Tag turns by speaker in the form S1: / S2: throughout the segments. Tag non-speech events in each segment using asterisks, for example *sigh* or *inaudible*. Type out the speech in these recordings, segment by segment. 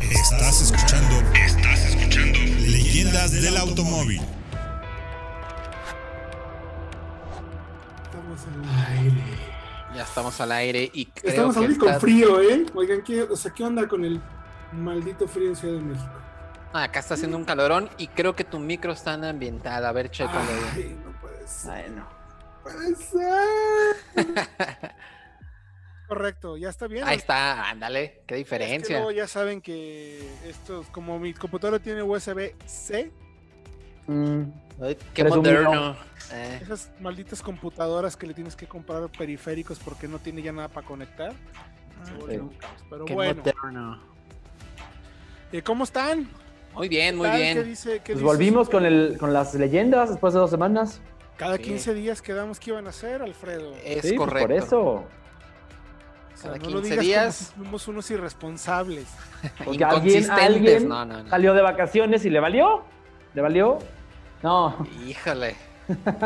S1: Estás escuchando. Estás escuchando. Leyendas del automóvil.
S2: Estamos al aire.
S3: Ya estamos al aire y creo
S2: Estamos
S3: que
S2: al aire con
S3: está-
S2: frío, ¿eh? Oigan, ¿qué, o sea, ¿qué onda con el maldito frío en Ciudad de México?
S3: Ah, acá está haciendo un calorón y creo que tu micro está en ambiental. A ver, chécalo.
S4: Ah.
S3: bien.
S2: Ay, no puede ser.
S3: Bueno.
S2: puede ser.
S3: *laughs*
S4: Correcto, ya está bien.
S3: Ahí está, ándale, qué
S4: Es que
S3: diferencia.
S4: luego ya saben que estos, como mi computadora tiene USB-C,
S5: Mm,
S3: Ay, qué
S5: Presumido.
S3: moderno. Eh,
S4: esas malditas computadoras que le tienes que comprar periféricos porque no tiene ya nada para conectar. se vuelve
S5: sí.
S4: un caos. Pero
S3: Ah, qué
S4: bueno,
S3: moderno.
S4: Eh, ¿cómo están?
S3: Muy bien, muy
S4: ¿Tal? ¿Qué
S3: bien.
S4: dice, qué
S5: Pues
S4: dice?
S5: volvimos con, el, con las leyendas después de dos semanas.
S4: Cada
S3: Sí.
S4: 15 días quedamos que iban a hacer, Alfredo.
S3: Es
S5: Sí, pues
S3: correcto.
S5: por eso.
S4: O
S3: cada
S4: lo digas
S3: 15
S4: como *laughs*
S3: días.
S4: si Fuimos unos irresponsables.
S5: Porque alguien, alguien
S3: No, no, no.
S5: salió de vacaciones y le valió. ¿Le valió?
S4: *laughs*
S5: No.
S3: Híjale.
S4: Pues,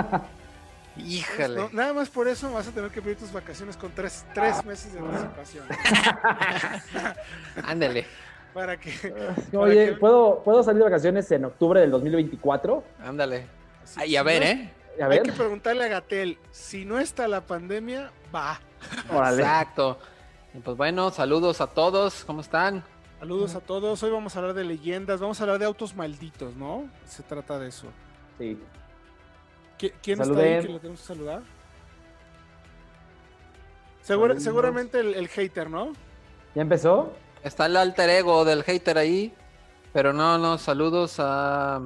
S3: Híjale.
S4: no, nada más por eso vas a tener que pedir tus vacaciones con tres, tres meses de
S3: *laughs*
S4: anticipación.
S3: Ándale.
S4: para que.
S5: Oye,
S4: qué?
S5: ¿puedo, ¿puedo salir de vacaciones en octubre del 2024?
S3: Ándale.
S4: si-
S3: Ah,
S4: si
S3: Y a
S4: no
S3: ver,
S4: es-
S3: ¿eh?
S5: A
S4: Hay
S5: ver.
S4: que preguntarle a Gatel, si no está la pandemia, va.
S5: Órale.
S3: Exacto. Y pues bueno, saludos a todos. ¿Cómo están?
S4: Saludos a todos. Hoy vamos a hablar de leyendas, vamos a hablar de autos malditos, ¿no? Se trata de eso.
S5: Sí.
S4: ¿Qui- ¿Quién está
S5: Saludé.
S4: ahí que lo tenemos que saludar? Segura-
S5: Saludos.
S4: seguramente el, el hater, ¿no?
S5: ¿Ya empezó?
S3: Está el alter ego del hater ahí. Pero no, no, saludos a.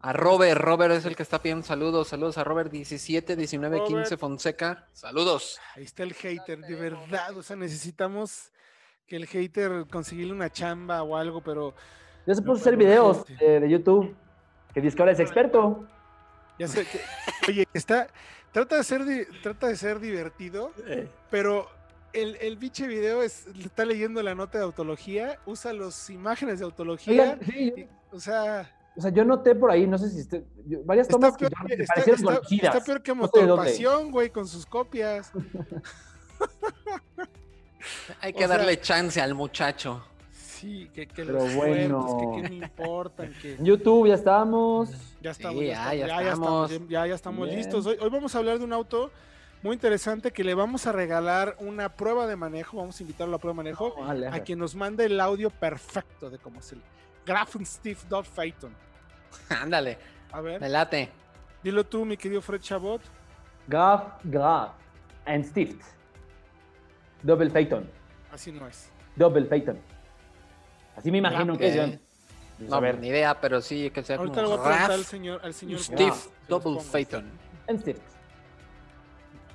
S3: A Robert, Robert es el que está pidiendo saludos. Saludos a Robert 17, 19, 15
S4: Robert.
S3: Fonseca. Saludos.
S4: Ahí está el hater, de verdad. O sea, necesitamos que el hater conseguirle una chamba o algo, pero
S5: Ya se
S4: Me
S5: puso a hacer
S4: acuerdo,
S5: videos
S4: gente.
S5: eh, de YouTube. Que dice que ahora es experto.
S4: Ya sé que, oye, está, trata de ser, di- trata de ser divertido, pero el, el biche video es, está leyendo la nota de autología, usa las imágenes de autología,
S5: Oigan, sí, yo-
S4: y- o sea,
S5: o sea, yo noté por ahí, no sé si... este- yo- varias
S4: está
S5: tomas
S4: peor,
S5: que yo-
S4: que-
S5: me
S4: está-
S5: parecieron
S4: está-
S5: torcidas.
S4: está peor que
S5: No sé de dónde.
S4: Motorpasión, güey, con sus copias.
S3: Hay
S4: O
S3: que
S4: sea-
S3: darle chance al muchacho. *laughs*
S4: Sí, que, que
S5: Pero
S4: los muertos,
S5: bueno.
S4: que, que no importan,
S5: *laughs*
S4: que...
S5: En YouTube ya estamos.
S4: Ya
S3: Sí,
S4: estamos,
S3: ya,
S4: ya,
S3: ya
S4: estamos, ya, ya estamos,
S3: estamos.
S4: ya- ya estamos
S5: Bien.
S4: listos. Hoy, hoy vamos a hablar de un auto muy interesante que le vamos a regalar una prueba de manejo, vamos a invitarlo a la prueba de manejo.
S5: Vale,
S4: a quien nos manda el audio perfecto de cómo es el Grafen Steve Dot Phaeton.
S3: Ándale,
S4: A ver,
S3: me late.
S4: dilo tú, mi querido Fred Chabot.
S5: Graf, Graf, and Stift. Double Phaeton.
S4: Así no es.
S5: Double Phaeton. Así me imagino
S4: Graf,
S5: que es.
S3: eh.
S5: Pues,
S3: No,
S5: a ver,
S3: ni idea, pero sí que sea
S4: Ahorita le voy
S3: como
S4: a preguntar al
S3: Raf
S4: señor, al señor
S3: Steve
S4: Graf, se los
S3: Double
S4: pongo.
S3: Phaeton.
S5: and Stift.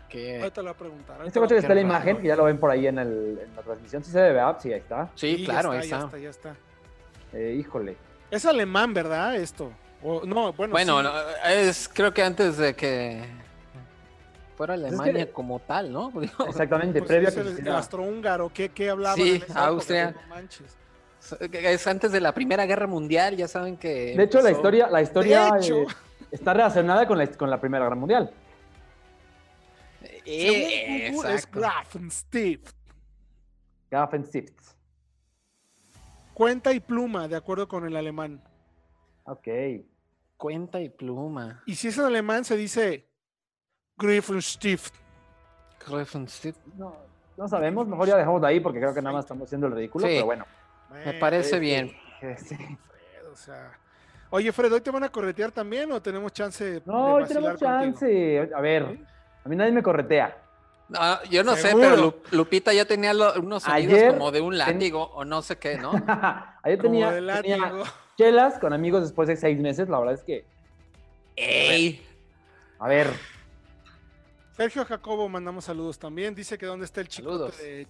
S3: Que...
S4: Ahorita le voy a preguntar. ahorita
S5: Este
S4: lo-
S5: coche que está en la
S3: qué raro.
S5: imagen, que ya lo ven por ahí en, el- en la transmisión. Sí se ve, ¿verdad? Sí, ahí está.
S4: ya
S3: Sí, claro, ahí
S4: ya
S3: está.
S4: Ya está,
S5: Eh, híjole.
S4: Es alemán, ¿verdad? Esto. O- no, bueno.
S3: Bueno,
S4: sí.
S3: no, es, creo que antes de que fuera
S5: es que-
S3: Alemania como tal, ¿no? Digo,
S5: Exactamente,
S4: Pues
S5: previo a
S4: es
S5: que
S4: el
S5: existiera-
S4: astrohúngaro, ¿qué, qué hablaba?
S3: Sí,
S4: en esa época?
S3: Austria.
S4: No manches.
S3: es antes de la Primera Guerra Mundial, ya saben que...
S5: De hecho, la
S3: empezó-
S5: historia, la historia
S4: De hecho.
S5: eh, está relacionada con la, con la Primera Guerra Mundial.
S3: Eh,
S4: Según Google, es
S3: exacto.
S4: Grafen Steve.
S5: Graf and Stift.
S4: Cuenta y pluma, de acuerdo con el alemán.
S5: Ok.
S3: Cuenta y pluma.
S4: Y si es en alemán, se dice Griffenstift.
S3: Griffenstift.
S5: No, no sabemos, mejor ya dejamos de ahí porque creo que nada más estamos haciendo el ridículo,
S3: Sí.
S5: pero bueno. *laughs*
S4: Eh,
S3: Me parece bien.
S5: Sí.
S4: Fred, o sea. Oye, Fred, ¿hoy te van a corretear también o tenemos chance de
S5: No, hoy
S4: vacilar
S5: tenemos
S4: contigo?
S5: chance. A ver, a mí nadie me corretea. *laughs*
S3: No, yo no sé,
S4: Seguro.
S3: pero Lu- Lupita ya tenía lo- unos sonidos
S5: Ayer
S3: como de un látigo o no sé qué,
S5: *laughs*
S3: ¿no?
S5: Ayer
S4: Como
S5: tenía,
S4: de
S5: tenía
S4: látigo.
S5: chelas con amigos después de seis meses. La verdad es que,
S3: ¡Ey!
S5: a ver,
S4: Sergio Jacobo, mandamos saludos también. Dice que dónde está el chico
S3: Saludos.
S4: de,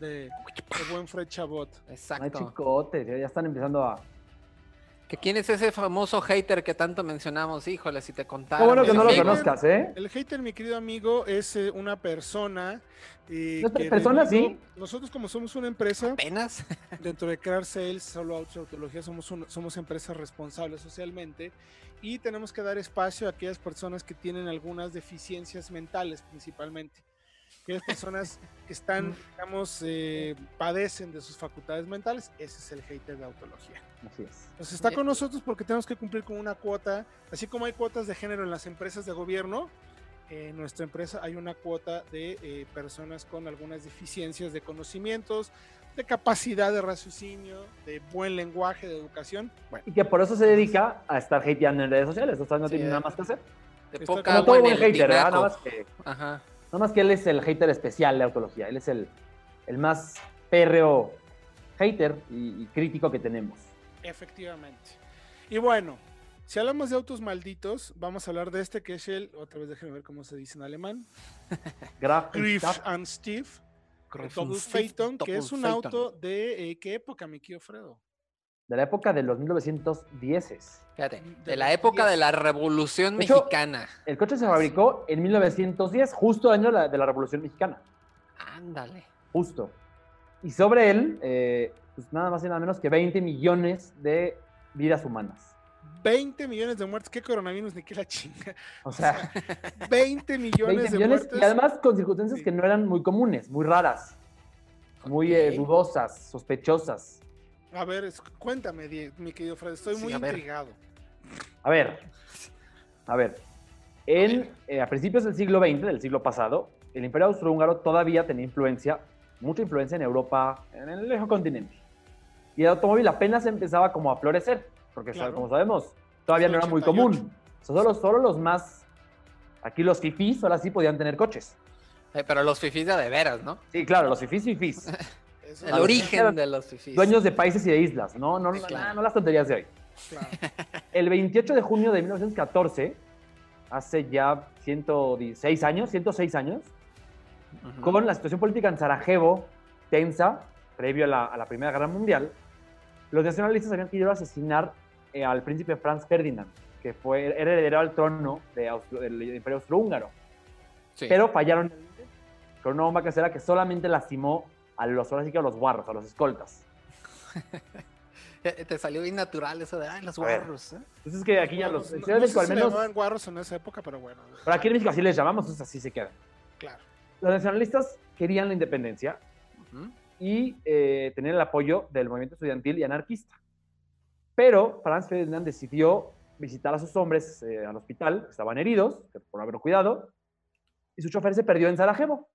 S4: de, de buen Fred Chabot.
S5: no hay
S3: Exacto.
S5: chicotes. Ya ya están empezando a.
S3: ¿Que ¿Quién es ese famoso hater que tanto mencionamos? Híjole, si te contara.
S5: Qué bueno que
S3: mi
S5: no lo
S3: amigo.
S5: conozcas, ¿eh?
S4: El hater, mi querido amigo, es eh, una persona. eh,
S5: No es
S4: que
S5: persona,
S4: debido-
S5: sí.
S4: Nosotros, como somos una empresa,
S3: Apenas. *laughs*
S4: dentro de Crear Sales, Solo Autos y Autología, somos, un- somos empresas responsables socialmente y tenemos que dar espacio a aquellas personas que tienen algunas deficiencias mentales principalmente. aquellas personas que están, digamos, eh, padecen de sus facultades mentales, ese es el hater de autología.
S5: Así es.
S4: Pues está con nosotros porque tenemos que cumplir con una cuota, así como hay cuotas de género en las empresas de gobierno, en nuestra empresa hay una cuota de eh, personas con algunas deficiencias de conocimientos, de capacidad de raciocinio, de buen lenguaje, de educación. Bueno,
S5: Y que por eso se dedica a estar hateando en redes sociales. O sea, no
S4: Sí.
S5: tiene nada más que hacer.
S3: De
S4: Está
S3: poca
S4: como
S5: Como
S3: agua
S5: todo
S3: en
S5: buen
S3: el
S5: hater, ¿verdad? Nada
S3: tinaco.
S5: más, que,
S3: Ajá.
S5: nada más que él es el hater especial de autología. Él es el, el más férreo hater y, y crítico que tenemos.
S4: efectivamente. Y bueno, si hablamos de autos malditos, vamos a hablar de este que es el, otra vez déjenme ver cómo se dice en alemán,
S5: Graf
S4: Griff
S5: Staff.
S4: and Steve, el
S3: Griff
S4: Double
S3: and Steve,
S4: Phaeton, que
S3: Double
S4: es un
S3: Phaeton.
S4: auto de, eh, ¿qué época, mi querido Fredo?
S5: de la época de los 1910s.
S3: Fíjate,
S4: De
S3: de la
S4: los
S3: época de
S4: diez.
S3: la Revolución
S5: De hecho-
S3: Mexicana.
S5: El coche se fabricó en 1910, justo año la- de la Revolución Mexicana.
S3: Ándale.
S5: Justo. Y sobre él, eh, pues nada más y nada menos que 20 millones de vidas humanas.
S4: 20 millones de muertes, qué coronavirus ni qué la chinga.
S5: O sea, *laughs*
S4: 20 millones
S5: 20
S4: de
S5: millones
S4: muertes.
S5: y además con circunstancias
S4: Sí.
S5: que no eran muy comunes, muy raras, muy eh,
S3: Ok.
S5: dudosas, sospechosas.
S4: A ver, es- cuéntame, Die- mi querido Fred, estoy
S3: Sí,
S4: muy
S3: a ver.
S4: intrigado.
S5: A ver, a ver. En, eh, a principios del siglo XX, del siglo pasado, el imperio austrohúngaro todavía tenía influencia, mucha influencia en Europa, en el lejos continente. Y el automóvil apenas empezaba como a florecer, porque sa-
S4: Claro.
S5: como sabemos, todavía no era muy
S4: 88.
S5: común. O sea, solo, solo los más, aquí los fifís, ahora sí podían tener coches.
S3: Eh, pero los fifís de, de veras, ¿no?
S5: Sí, claro, los fifís, fifís.
S4: Eso
S3: El
S4: es-
S3: origen de los fifís.
S5: Dueños de países y de islas, no, no,
S3: Sí,
S5: no,
S3: claro.
S5: no las tonterías de hoy.
S4: Claro.
S5: El 28 de junio de 1914, hace ya 116 años, 106 años,
S3: Ujú.
S5: con la situación política en Sarajevo tensa, previo a la, a la Primera Guerra Mundial, los nacionalistas habían querido asesinar eh, al príncipe Franz Ferdinand, que fue, era heredero al trono de Austro- del Imperio Austrohúngaro.
S3: Sí.
S5: Pero fallaron en el intento, con una bomba casera que solamente lastimó a los, ahora sí que a los guarros, a los escoltas.
S3: Eh, Te salió bien natural eso de, ay, los
S5: A ver.
S3: guarros. ¿eh?
S5: Entonces Pues es que aquí ya los...
S4: No,
S5: en Ciudad de
S4: no sé
S5: México, al
S4: si le
S5: menos-
S4: llamaban guarros en esa época, pero bueno.
S5: pero aquí en México así les llamamos, entonces así se quedan.
S4: Claro.
S5: Los nacionalistas querían la independencia,
S3: Ujú.
S5: y eh, tener el apoyo del movimiento estudiantil y anarquista. Pero Franz Ferdinand decidió visitar a sus hombres eh, al hospital, que estaban heridos que por haberlo cuidado, y su chofer se perdió en Sarajevo.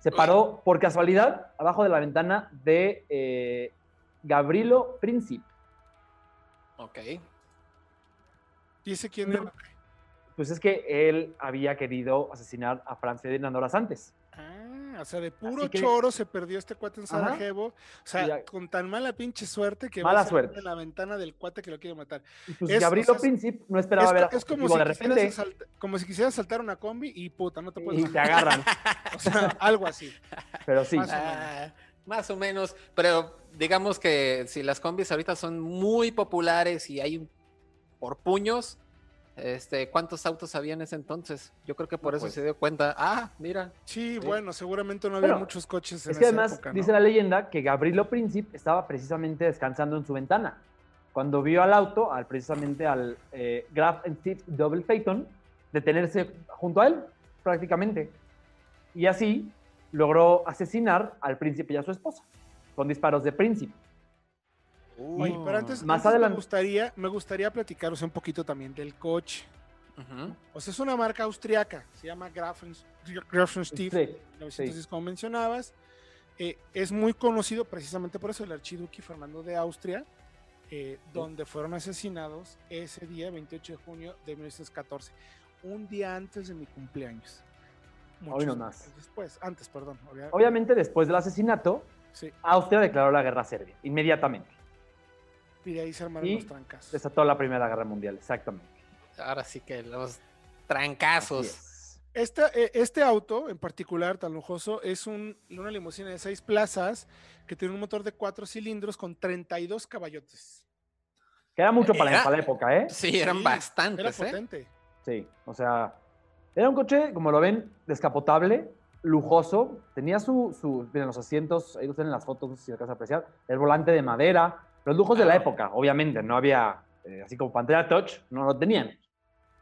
S5: Se paró por casualidad abajo de la ventana de eh, Gabrilo Princip.
S3: Ok.
S4: Dice quién
S5: No.
S4: era.
S5: Pues es que él había querido asesinar a Franz Ferdinand horas antes.
S4: Ah, o sea, de puro
S5: Así que-
S4: choro se perdió este cuate en
S5: Ajá.
S4: Sarajevo. O sea,
S5: Y ya-
S4: con tan mala pinche suerte que
S5: Mala
S4: a salir
S5: suerte.
S4: de la ventana del cuate que lo quiere matar.
S5: Y pues
S4: Es- o
S5: Gabrilo
S4: sea, es-
S5: Princip no
S4: Es,
S5: esperaba ver a
S4: co- es como,
S5: Digo,
S4: si
S5: de
S4: quisieras
S5: repente
S4: asalt- como si quisieras saltar una combi y puta, no te puedes
S5: y te
S4: bajar.
S5: agarran.
S4: *laughs* O sea, algo así.
S5: Pero sí.
S4: *laughs* Más o menos.
S3: Ah, más o menos. Pero digamos que si las combis ahorita son muy populares y hay un- por puños, este, ¿cuántos autos había en ese entonces? Yo creo que por
S5: No,
S3: eso
S5: pues.
S3: se dio cuenta. Ah, mira.
S4: Sí, bueno, seguramente no había
S5: Bueno,
S4: muchos coches en
S5: Es que
S4: esa
S5: además
S4: época, ¿no?
S5: dice la leyenda que Gabrilo Princip estaba precisamente descansando en su ventana cuando vio al auto, al, precisamente al eh, Graf and Steve Double Phaeton, detenerse junto a él, prácticamente. Y así logró asesinar al príncipe y a su esposa con disparos de príncipe.
S4: Oye, pero antes,
S5: Más
S4: antes
S5: adelante.
S4: me gustaría, me gustaría platicaros un poquito también del coche.
S3: Ujú.
S4: O sea, es una marca austriaca, se llama Grafenst- Grafenstief,
S5: Sí,
S4: 1910, como mencionabas. Eh, es muy conocido precisamente por eso el archiduque Fernando de Austria, eh, donde fueron asesinados ese día, 28 de junio de 1914, un día antes de mi cumpleaños. Muchos
S5: nomás.
S4: meses Después, antes, perdón. obvia-
S5: Obviamente después del asesinato,
S4: Sí,
S5: Austria declaró la guerra a Serbia, inmediatamente.
S4: y de ahí se armaron
S5: Y
S4: los trancas.
S5: Desató la Primera Guerra Mundial, exactamente.
S3: Ahora sí que los
S5: Así
S3: trancazos.
S5: es.
S4: Esta, eh, este auto en particular, tan lujoso, es un, una limusina de seis plazas que tiene un motor de cuatro cilindros con 32 caballotes.
S5: Que era mucho para,
S3: Era-
S5: para la época, ¿eh?
S3: Sí, eran
S4: Sí, Era
S3: bastantes, ¿eh?
S4: potente.
S5: Sí, o sea, era un coche, como lo ven, descapotable, lujoso. Tenía su, su miren, los asientos, ahí lo tienen las fotos, no sé si alcanzas a apreciar, el volante de madera, los lujos de la época, obviamente, no había, eh, así como Pantera Touch, no lo tenían.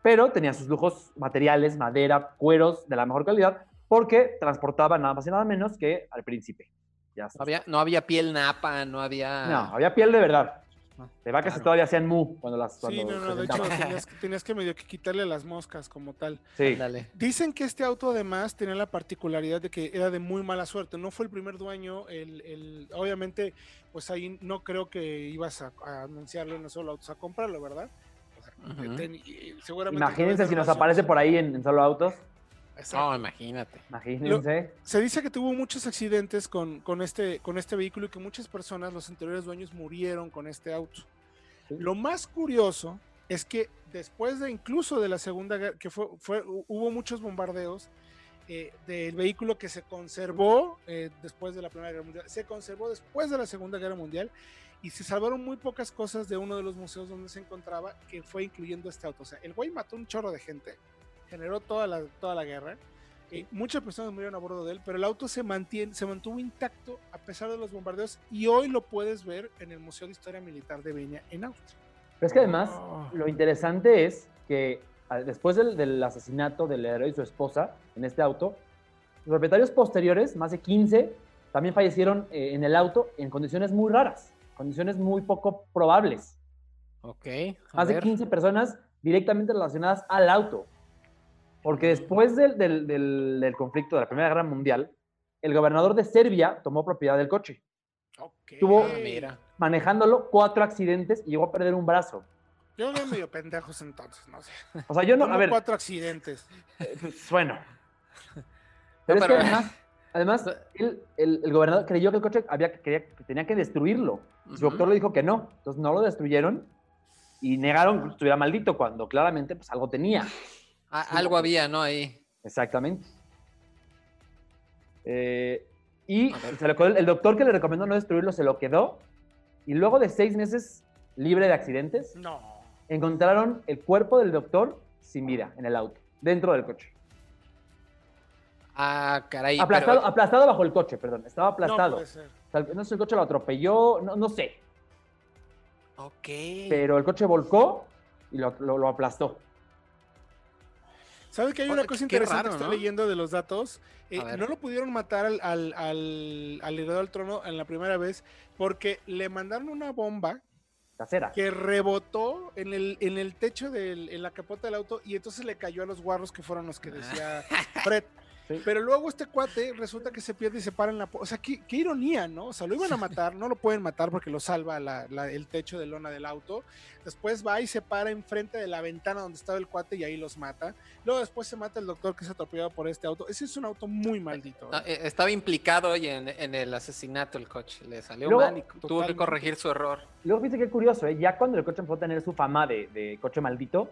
S5: Pero tenía sus lujos materiales, madera, cueros de la mejor calidad, porque transportaban nada más y nada menos que al príncipe. Ya
S3: No había, no había piel napa, no había. Ah,
S5: No, había piel de verdad. De vacas
S3: Claro.
S5: que todavía hacían mu cuando las.
S4: Sí,
S5: cuando
S4: no, no, de hecho
S5: presentaban.
S4: tenías, que- tenías que medio que quitarle las moscas como tal.
S5: Sí.
S3: Ándale.
S4: Dicen que este auto además tenía la particularidad de que era de muy mala suerte. No fue el primer dueño. El, el- obviamente, pues ahí no creo que ibas a, a anunciarle no solo autos a comprarlo, ¿verdad? O sea,
S3: Ujú.
S4: ten- y seguramente
S5: Imagínense
S4: tuvo
S5: si nos
S4: información.
S5: aparece por ahí en, en solo autos.
S4: Exacto.
S3: No, imagínate.
S5: Imagínense.
S4: Se dice que tuvo muchos accidentes con, con, este, con este vehículo y que muchas personas, los anteriores dueños, murieron con este auto.
S5: Sí.
S4: Lo más curioso es que después de incluso de la Segunda Guerra, que fue, fue- hu- hubo muchos bombardeos eh, del vehículo que se conservó eh, después de la Primera Guerra Mundial, se conservó después de la Segunda Guerra Mundial y se salvaron muy pocas cosas de uno de los museos donde se encontraba, que fue incluyendo este auto. O sea, el güey mató un chorro de gente, generó toda la, toda la guerra. Eh, muchas personas murieron a bordo de él, pero el auto se, mantiene, se mantuvo intacto a pesar de los bombardeos y hoy lo puedes ver en el Museo de Historia Militar de Viña en Austria.
S5: Pero es que además,
S4: Oh.
S5: lo interesante es que al- después del, del asesinato del héroe y su esposa en este auto, los propietarios posteriores, más de 15, también fallecieron eh, en el auto en condiciones muy raras, condiciones muy poco probables.
S3: Ok. a
S5: más de
S3: ver.
S5: 15 personas directamente relacionadas al auto. Porque después del, del- del- del conflicto de la Primera Guerra Mundial, el gobernador de Serbia tomó propiedad del coche,
S4: Ok.
S5: Tuvo-
S3: Ah, mira.
S5: manejándolo cuatro accidentes y llegó a perder un brazo.
S4: Yo veo medio pendejos entonces, no sé.
S5: O sea, yo
S3: *laughs*
S5: no, a
S4: Como
S5: ver,
S4: cuatro accidentes.
S5: bueno. Pero es
S3: pero-
S5: que además, además, él- el, el gobernador creyó que el coche había, que- quería- que tenía que destruirlo. Y Su
S3: Ujú.
S5: doctor le dijo que no. Entonces no lo destruyeron y negaron que estuviera maldito cuando claramente pues algo tenía.
S3: Ah, algo había, ¿no? Ahí.
S5: Exactamente. Eh, y
S3: A ver.
S5: se lo quedó- el doctor que le recomendó no destruirlo se lo quedó. Y luego de seis meses libre de accidentes,
S4: No.
S5: encontraron el cuerpo del doctor sin vida en el auto, dentro del coche.
S3: Ah, caray. pero- pues.
S5: Aplastado, aplastado bajo el coche, perdón. Estaba
S4: No
S5: aplastado.
S4: puede ser.
S5: O sea, no sé si el coche lo atropelló, no, no sé.
S3: Ok.
S5: Pero el coche volcó y lo, lo- lo aplastó.
S4: ¿Sabes que hay
S3: Ahora,
S4: una cosa
S3: qué
S4: interesante
S3: raro,
S4: que estoy
S3: ¿no?
S4: leyendo de los datos? Eh,
S3: ver.
S4: no lo pudieron matar al, al, al, al heredero del trono en la primera vez porque le mandaron una bomba
S5: Casera.
S4: que rebotó en el, en el techo del, en la capota del auto y entonces le cayó a los guarros que fueron los que decía Fred.
S5: Sí.
S4: Pero luego este cuate resulta que se pierde y se para en la... po- O sea, qué, qué ironía, ¿no? O sea, lo iban a matar, no lo pueden matar porque lo salva la- la- el techo de lona del auto. Después va y se para enfrente de la ventana donde estaba el cuate y ahí los mata. Luego después se mata el doctor que es atropellado por este auto. Ese es un auto muy maldito.
S3: No,
S4: ¿eh?
S3: eh, estaba implicado oye, en, en el asesinato el coche. Le salió
S5: Luego-
S3: mal y tuvo que
S4: Totalmente.
S3: corregir su error.
S5: Y Luego fíjate qué curioso, ¿eh? ya cuando el coche empezó a tener su fama de, de coche maldito,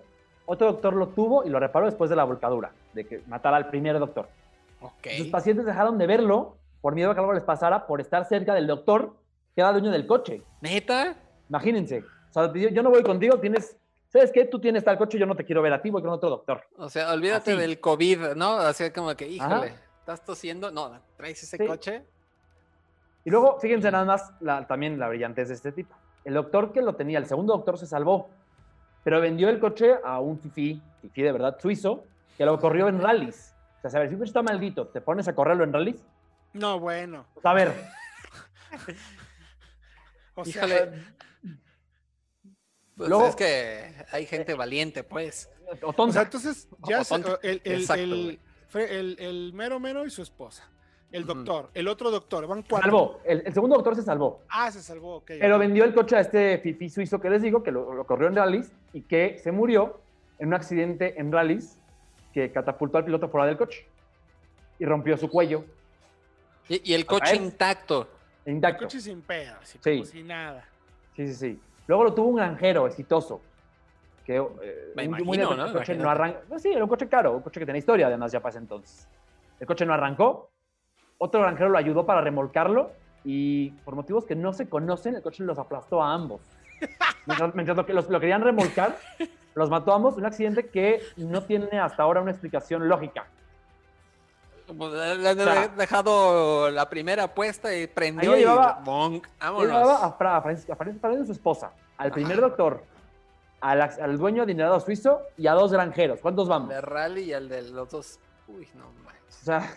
S5: otro doctor lo tuvo y lo reparó después de la volcadura, de que matara al primer doctor.
S3: Ok.
S5: Sus pacientes dejaron de verlo por miedo a que algo les pasara por estar cerca del doctor que era dueño del coche.
S3: ¿Neta?
S5: Imagínense. O sea, yo, yo no voy contigo, tienes. ¿Sabes qué? Tú tienes tal coche, yo no te quiero ver a ti, voy con otro doctor.
S3: O sea, olvídate
S5: Así.
S3: del COVID, ¿no? O sea, como que, híjole, ¿estás tosiendo? No, ¿traes ese
S5: Sí.
S3: coche?
S5: Y luego, fíjense nada más la- también la brillantez de este tipo. El doctor que lo tenía, el segundo doctor se salvó, pero vendió el coche a un fifí, fifí de verdad suizo, que lo corrió en rallies. O sea, a ver, si un coche está maldito, ¿te pones a correrlo en rallies?
S4: No, bueno.
S5: Pues, a ver,
S4: O sea,
S3: Híjole. Pues
S5: Luego-
S3: es que hay gente valiente, pues.
S5: o
S4: O sea,
S5: tonta.
S4: entonces
S3: O-
S4: ya
S3: o
S4: se-
S3: tonta.
S4: el, el-
S3: Exacto,
S4: el-
S3: güey.
S4: fue el- el mero mero y su esposa. El
S3: Ujú.
S4: doctor, el otro doctor, van
S5: Se
S4: cuatro.
S5: salvó. El, el segundo doctor se salvó,
S4: Ah, se salvó, ok.
S5: pero
S4: ok.
S5: vendió el coche a este fifí suizo que les digo, que lo, lo corrió en rallies y que se murió en un accidente en rallies que catapultó al piloto fuera del coche y rompió su cuello
S3: Y, y el coche
S5: ver.
S3: intacto.
S4: El
S5: intacto.
S4: coche sin pedo, así
S5: Sí.
S4: como si nada.
S5: Sí, sí, sí. Luego lo tuvo un granjero exitoso. Que, eh,
S3: Me
S5: un- un
S3: imagino, ¿no?
S5: El coche no
S3: Imagínate.
S5: arranca. No, sí, era un coche caro, un coche que tenía historia, además, ya para ese entonces. El coche no arrancó. Otro granjero lo ayudó para remolcarlo. Y por motivos que no se conocen, el coche los aplastó
S3: *laughs*
S5: a ambos. Mientras, mientras lo, que- los, lo querían remolcar, los mató a ambos. Un accidente que no tiene hasta ahora una explicación lógica.
S3: Como Pues, le- le- le-
S5: sea-
S3: dejado la primera apuesta y prendió
S5: Ahí
S3: y
S5: llevaba-
S3: ¡bonk! vámonos.
S5: Llevaba a, Fra- a Francisco, a Francisco Fernández, su esposa, al primer
S3: Ajá.
S5: doctor, al, ac- al dueño adinerado suizo y a dos granjeros. ¿Cuántos
S3: Al
S5: vamos?
S3: de rally y al de los dos. Uy, no manches.
S5: O sea,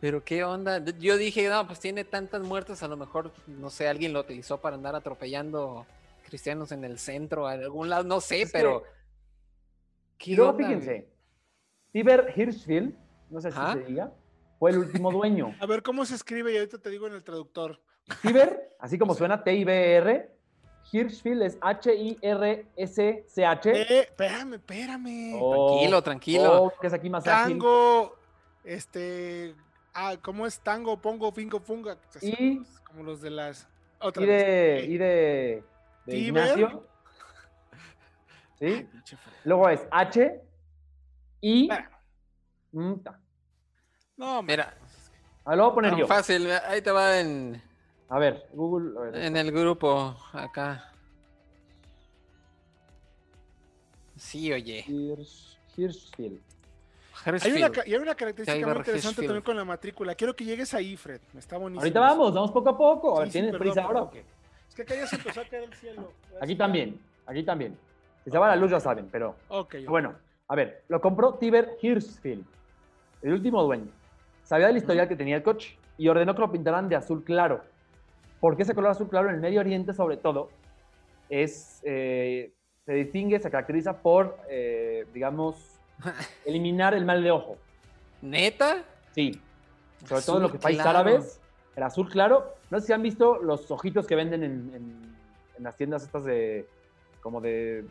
S3: Pero qué onda. Yo dije, no, pues tiene tantas muertes, a lo mejor, no sé, alguien lo utilizó para andar atropellando cristianos en el centro, en algún lado, no sé,
S5: Es que-
S3: pero. ¿Qué
S5: y luego
S3: onda, güey?
S5: fíjense, Tiber Hirschfield, no sé si
S3: Ajá.
S5: se diga, fue el último dueño.
S4: A ver, ¿cómo se escribe? Y ahorita te digo en el traductor.
S5: Tiber, así como suena T-I-B-E-R, Hirschfield es H-I-R-S-C-H.
S4: Eh, espérame, espérame.
S3: Tranquilo, tranquilo.
S5: Oh, que es aquí más ágil.
S4: Tango, este. Ah, ¿cómo es tango? Pongo, fingo, funga. Así,
S5: Y-
S4: pues, como los de las. Otra
S5: Y
S4: vez,
S5: de,
S4: ok.
S5: y de, de
S4: Tiber.
S5: Ignacio. ¿Sí?
S4: Pinche fre-
S5: Luego es H y.
S4: Espera.
S5: Mm, ta.
S4: No, man.
S3: Mira,
S5: Ah, lo voy a poner
S3: tan
S5: yo.
S3: fácil. Ahí te va en,
S5: A ver, Google. a ver.
S3: en el grupo, acá. Sí, oye.
S5: Hirsch- Hirschfield.
S4: Hay una,
S3: Hirschfield.
S4: ca- y hay una característica muy
S3: Tiber
S4: interesante
S3: Hirschfield.
S4: también con la matrícula. Quiero que llegues ahí, Fred. Está bonito.
S5: Ahorita vamos, vamos poco a poco. A ver,
S4: Sí, sí,
S5: ¿tienes
S4: perdón,
S5: prisa ahora
S4: perdón.
S5: o qué?
S4: Es que acá ya se empezó a caer el cielo.
S5: Aquí también, aquí también. Si se va la luz ya saben, pero
S4: Ok. ok.
S5: bueno. A ver, lo compró Tiber Hirschfield, el último dueño. Sabía del historial que tenía el coche y ordenó que lo pintaran de azul claro. Porque ese color azul claro en el Medio Oriente, sobre todo, es, eh, se distingue, se caracteriza por, eh,
S4: *laughs*
S5: digamos, eliminar el mal de ojo.
S3: ¿Neta?
S5: Sí. Sobre todo en los
S3: Azul
S5: países
S3: claro.
S5: árabes, el azul claro. No sé si han visto los ojitos que venden en, en- en las tiendas estas de. como de.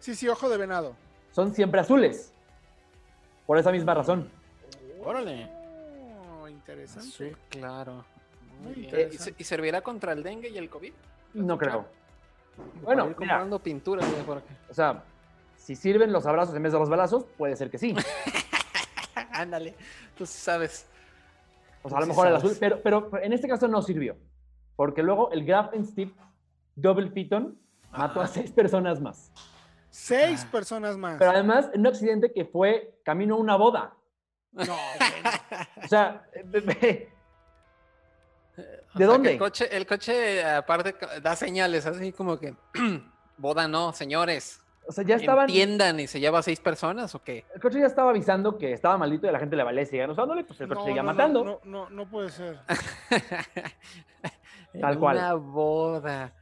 S4: Sí, sí, ojo de venado.
S5: son siempre azules. Por esa misma razón.
S3: Órale.
S4: Oh,
S5: Ah,
S4: interesante.
S3: Azul, claro. Muy
S4: Muy
S3: bien. ¿Y, se-
S4: interesante.
S3: y servirá contra el dengue y el COVID?
S5: No creo.
S3: Para
S5: Bueno,
S3: ir
S5: mira,
S3: comprando pinturas güey, por acá. *laughs*
S5: o sea, si sirven los abrazos en vez de los balazos, puede ser que sí.
S3: Ándale, tú sí sabes.
S5: O sea, a
S3: *laughs*
S5: lo
S3: Sí
S5: mejor el
S3: sabes.
S5: azul, pero, pero en este caso no sirvió. Porque luego el Grafenstift Double Piton mató a
S3: Ajá.
S5: seis personas más.
S4: Seis
S3: Ah.
S4: personas más.
S5: Pero además, en un accidente que fue camino a una boda. *laughs*
S4: No, bueno.
S5: O sea, *laughs*
S3: O
S5: ¿De
S3: sea, que
S5: dónde?
S3: El coche, el coche, aparte, ca- da señales así como que, *clears throat* boda no, señores.
S5: o sea, ya estaban.
S3: Entiendan y se lleva a seis personas o qué.
S5: El coche ya estaba avisando que estaba maldito y a la gente le valía seguir usándole, pues el coche
S4: No,
S5: seguía
S4: no, no,
S5: matando.
S4: No, no, no puede ser.
S5: Tal
S3: En
S5: cual.
S3: Una boda.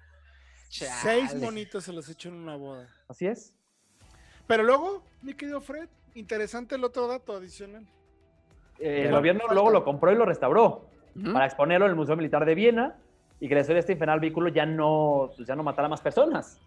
S4: Seis
S3: Chale.
S4: monitos se los echó en una boda.
S5: Así es.
S4: Pero luego, mi querido Fred, interesante el otro dato adicional.
S5: Eh, el
S4: Bueno,
S5: gobierno
S4: falta.
S5: luego lo compró y lo restauró
S4: ¿Mm?
S3: Ujú.
S5: para exponerlo en el Museo Militar de Viena y que la historia de este infernal vehículo ya no, pues, ya no matara más personas.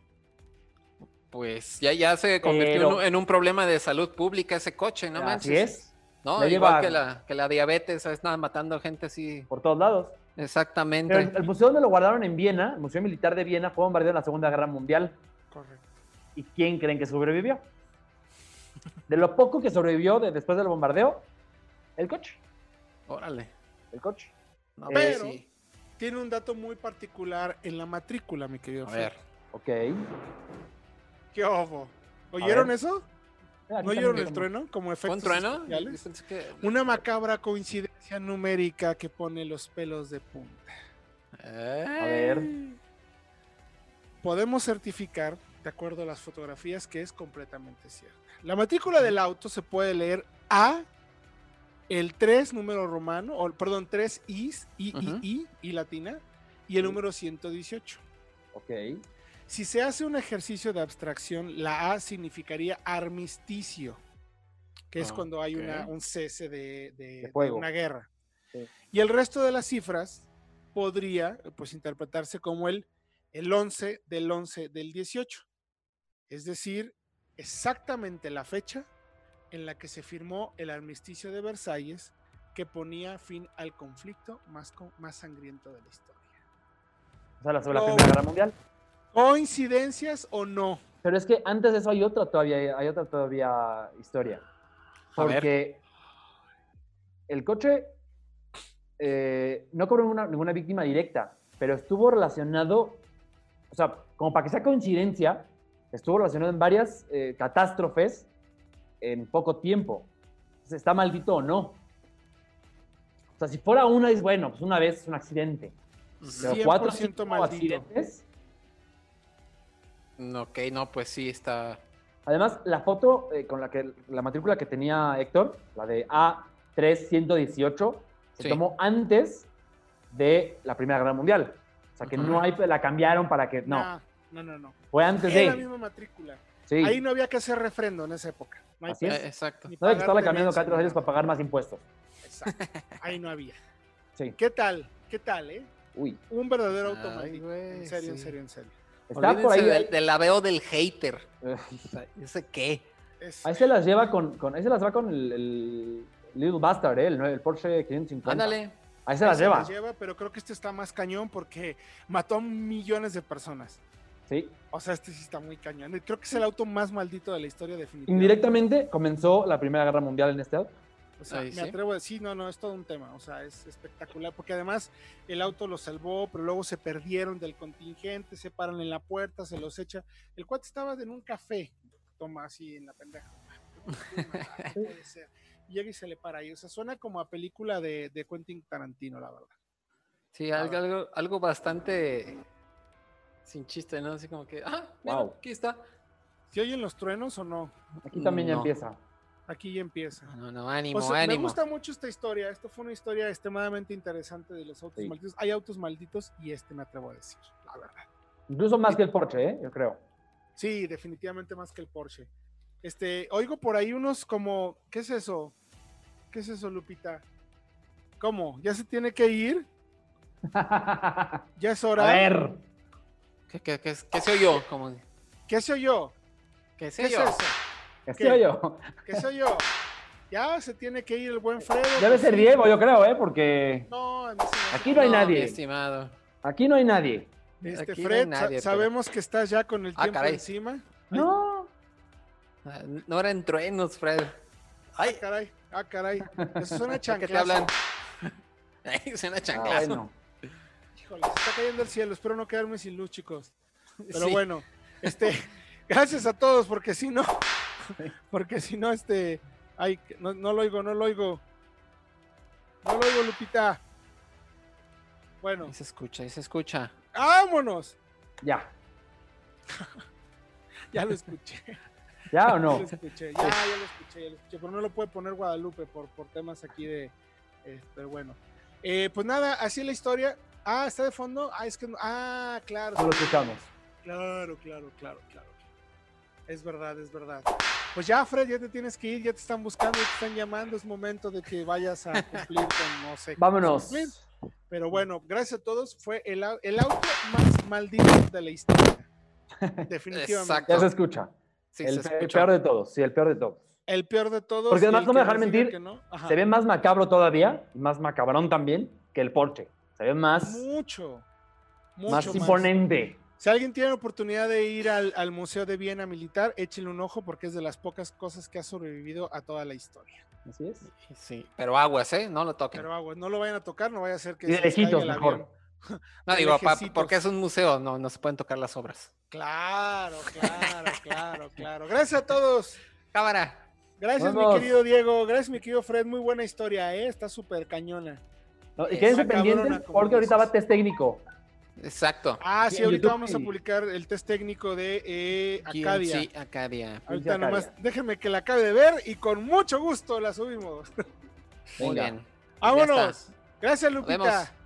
S3: Pues ya, ya se convirtió en
S5: Pero-
S3: un- en un problema de salud pública ese coche, ¿no manches?
S5: Así es,
S3: No,
S5: Ya
S3: igual
S5: lleva-
S3: que la, que la diabetes, está matando gente así.
S5: por todos lados.
S3: Exactamente.
S5: Pero el, el museo donde lo guardaron en Viena, el Museo Militar de Viena, fue bombardeado en la Segunda Guerra Mundial.
S4: Correcto.
S5: ¿Y quién creen que sobrevivió? De lo poco que sobrevivió de- después del bombardeo, el coche.
S3: Órale.
S5: El coche.
S3: No,
S5: Eh,
S3: pues
S4: pero-
S3: sí.
S4: Tiene un dato muy particular en la matrícula, mi querido
S3: A
S4: Fred.
S3: ver.
S5: Ok. Aquí
S4: ¿Qué ojo? ¿Oyeron eso? ¿No oyeron
S5: también.
S4: el trueno? Como
S3: ¿Fue
S4: efectos
S3: un trueno?
S4: especiales.
S3: Pensé que-
S4: Una macabra coincidencia numérica que pone los pelos de punta.
S3: Eh,
S5: A ver.
S4: Podemos certificar, de acuerdo a las fotografías, que es completamente cierta. La matrícula del auto se puede leer A, el 3, número romano, o perdón, 3 Is, I,
S3: Ujú.
S4: I, I, I latina, y el número 118.
S5: Ok.
S4: Si se hace un ejercicio de abstracción, la A significaría armisticio, que es cuando hay una-
S3: Ok.
S4: un cese de, de- de
S5: fuego.
S4: una guerra.
S5: Sí.
S4: Y el resto de las cifras podría pues, interpretarse como el, el 11 del 11 del 18, es decir, exactamente la fecha en la que se firmó el armisticio de Versalles que ponía fin al conflicto más, co- más sangriento de la historia.
S5: O sea, la, sobre la
S4: No.
S5: Primera Guerra Mundial.
S4: ¿Coincidencias o no?
S5: Pero es que antes de eso hay otra todavía, hay otra todavía historia.
S3: A ver.
S5: Porque el coche eh, no cobró ninguna, ninguna víctima directa, pero estuvo relacionado, o sea, como para que sea coincidencia, estuvo relacionado en varias eh, catástrofes en poco tiempo. Entonces, ¿Está maldito o no? O sea, si fuera una, es bueno, pues una vez es un accidente. Pero cuatro,
S4: 100%
S5: cinco
S4: maldito.
S5: accidentes,
S3: Mm, Ok, no, pues sí, está.
S5: Además, la foto eh, con la que la matrícula que tenía Héctor, la de A3118, se
S3: Sí.
S5: tomó antes de la Primera Guerra Mundial. O sea que
S3: Ujú.
S5: no hay, la cambiaron para que. No,
S4: Nah, no, no, no.
S5: fue antes
S4: Era la
S5: de.
S4: misma matrícula.
S5: Sí.
S4: Ahí no había que hacer refrendo en esa época. No hay
S5: Así
S4: pedo.
S5: es.
S3: Eh, exacto.
S4: Ni
S5: No había
S4: pagar
S5: que estarla cambiando
S4: tenencia,
S5: cada tres
S4: ni
S5: años para
S4: nada.
S5: pagar más impuestos.
S4: Exacto. Ahí no había.
S5: Sí.
S4: ¿Qué tal? ¿Qué tal, eh?
S5: Uy.
S4: Un verdadero
S3: Ay,
S4: automático.
S3: güey,
S4: En serio, en
S3: sí.
S4: serio, en serio.
S5: Está por ahí.
S3: Olvídense Del, del laveo del hater.
S5: eh,
S3: O sea, yo sé qué.
S4: Es-
S5: Ahí se las lleva con. con ahí se las va con el, el Little Bastard, ¿eh? el, nue- el Porsche 550.
S3: Ándale.
S5: Ahí se las
S4: se
S5: lleva.
S4: las lleva, pero creo que este está más cañón porque mató a millones de personas.
S5: Sí.
S4: O sea, este sí está muy cañón. Creo que es el auto más maldito de la historia definitivamente.
S5: Indirectamente comenzó la Primera Guerra Mundial en este auto.
S4: O sea,
S3: Ahí
S4: me
S3: sí.
S4: atrevo a decir, no, no, es todo un tema, o sea, es espectacular, porque además el auto lo salvó, pero luego se perdieron del contingente, se paran en la puerta, se los echa. El cuate estaba en un café, toma así en la
S3: *laughs*
S4: pendeja. No puede ser. Llega y se le para ahí, o sea, suena como a película de, de Quentin Tarantino, la verdad.
S3: Sí, algo,
S4: ver.
S3: algo, algo bastante sin chiste, ¿no? Así como que, ah, mira,
S5: Wow.
S3: aquí está.
S4: ¿Se oyen los truenos o no?
S5: Aquí también ya
S3: No.
S5: empieza.
S4: Aquí ya empieza.
S3: No, no, ánimo,
S4: O sea, me
S3: ánimo.
S4: gusta mucho esta historia, esto fue una historia extremadamente interesante de los autos
S5: Sí.
S4: malditos. Hay autos malditos y este me atrevo a decir, la verdad.
S5: Incluso más que el Porsche, ¿eh? yo creo.
S4: Sí, definitivamente más que el Porsche. Este, oigo por ahí unos como, ¿qué es eso? ¿Qué es eso, Lupita? ¿Cómo? ¿Ya se tiene que ir?
S5: A
S4: ¿Ya es hora?
S5: ver.
S3: ¿Qué, qué, qué, qué soy yo? Como,
S4: ¿Qué soy yo?
S3: ¿Qué soy
S4: ¿Qué
S3: yo?
S4: es eso?
S5: ¿Qué soy yo?
S4: ¿Qué soy yo? Ya se tiene que ir el buen Fredo.
S5: Debe ser Diego, yo creo, ¿eh? Porque
S4: No, a mí se me hace-
S5: aquí no hay
S3: mi
S5: nadie.
S3: estimado.
S5: Aquí no hay nadie.
S4: Este,
S3: aquí no hay
S4: Fred, sa-
S3: nadie, pero-
S4: sabemos que estás ya con el
S3: Ah,
S4: tiempo
S3: caray.
S4: encima.
S5: No.
S3: Ah, No eran truenos, Fred.
S4: Ay,
S3: Ay,
S4: caray, ah, caray. Eso
S3: *laughs*
S4: suena
S3: ¿de ¿qué te
S4: chanclazo.
S3: hablan? Ay, suena
S5: Ah,
S3: chanclazo.
S5: bueno.
S4: Híjole, se está cayendo el cielo. Espero no quedarme sin luz, chicos. Pero
S3: Sí.
S4: bueno, este, *laughs* gracias a todos, porque si no, *laughs* porque si no, este, ay, que- no, no lo oigo, no lo oigo. No lo oigo, Lupita. Bueno,
S3: Ahí se escucha, ahí se escucha.
S4: vámonos.
S5: Ya.
S4: Ya lo
S5: *laughs*
S4: escuché.
S5: ¿Ya Ah, o
S4: *laughs* Ya
S5: no?
S4: lo escuché, ya, ya lo escuché, ya lo escuché. Pero no lo puede poner Guadalupe por, por temas aquí de. eh, pero bueno. Eh, pues nada, así es la historia. Ah, está de fondo. Ah, es que no- Ah, claro.
S5: No lo escuchamos.
S4: Claro, claro, claro, claro. Es verdad, es verdad. Pues ya, Fred, ya te tienes que ir, ya te están buscando, ya te están llamando, es momento de que vayas a cumplir con no sé. qué
S5: Vámonos.
S4: cumplir. Pero bueno, gracias a todos, fue el, au- el auto más maldito de la
S5: *laughs*
S4: historia. Definitivamente.
S3: Exacto.
S5: Ya se escucha.
S3: Sí, se
S5: el, pe- el
S3: escucha.
S5: peor de todos. Sí, el peor de todos.
S4: El peor de todos.
S5: Porque
S4: y el
S5: además no me
S4: que
S5: dejarán
S4: nos diga
S5: mentir,
S4: que no, ajá.
S5: Se ve más macabro todavía, y más macabrón también, que el Porsche. Se ve más,
S4: mucho. Mucho
S5: más
S4: más.
S5: imponente.
S4: Si alguien tiene la oportunidad de ir al, al Museo de Viena Militar, échenle un ojo porque es de las pocas cosas que ha sobrevivido a toda la historia.
S5: Así es.
S3: Sí, pero aguas, ¿eh? No lo toquen.
S4: Pero aguas, no lo vayan a tocar, no vaya a ser que
S5: Y de
S4: se les caiga
S5: lejitos,
S4: el
S5: mejor.
S4: avión.
S3: no digo, pa-
S4: lejecitos.
S3: porque es un museo, no, no se pueden tocar las obras.
S4: Claro, claro, claro, claro. Gracias a todos.
S3: Cámara.
S4: Gracias,
S5: Vamos.
S4: mi querido Diego. Gracias, mi querido Fred. Muy buena historia, ¿eh? Está súper cañona.
S5: No, y
S3: Está
S5: quédense
S4: cabrona,
S5: pendientes
S4: como
S5: porque ahorita
S4: dices.
S5: va test técnico.
S3: Exacto.
S4: Ah,
S5: Sí,
S4: sí,
S5: en
S4: ahorita
S5: YouTube
S4: vamos a
S5: sí.
S4: publicar el test técnico de eh, Acadia.
S3: GMC Acadia.
S4: Ahorita
S5: Acadia.
S4: nomás, déjenme que la acabe de ver y con mucho gusto la subimos.
S3: Muy
S5: Venga.
S3: bien. Ya
S4: Vámonos.
S3: está.
S4: Gracias,
S3: Nos vemos.
S4: Ah, Lupita.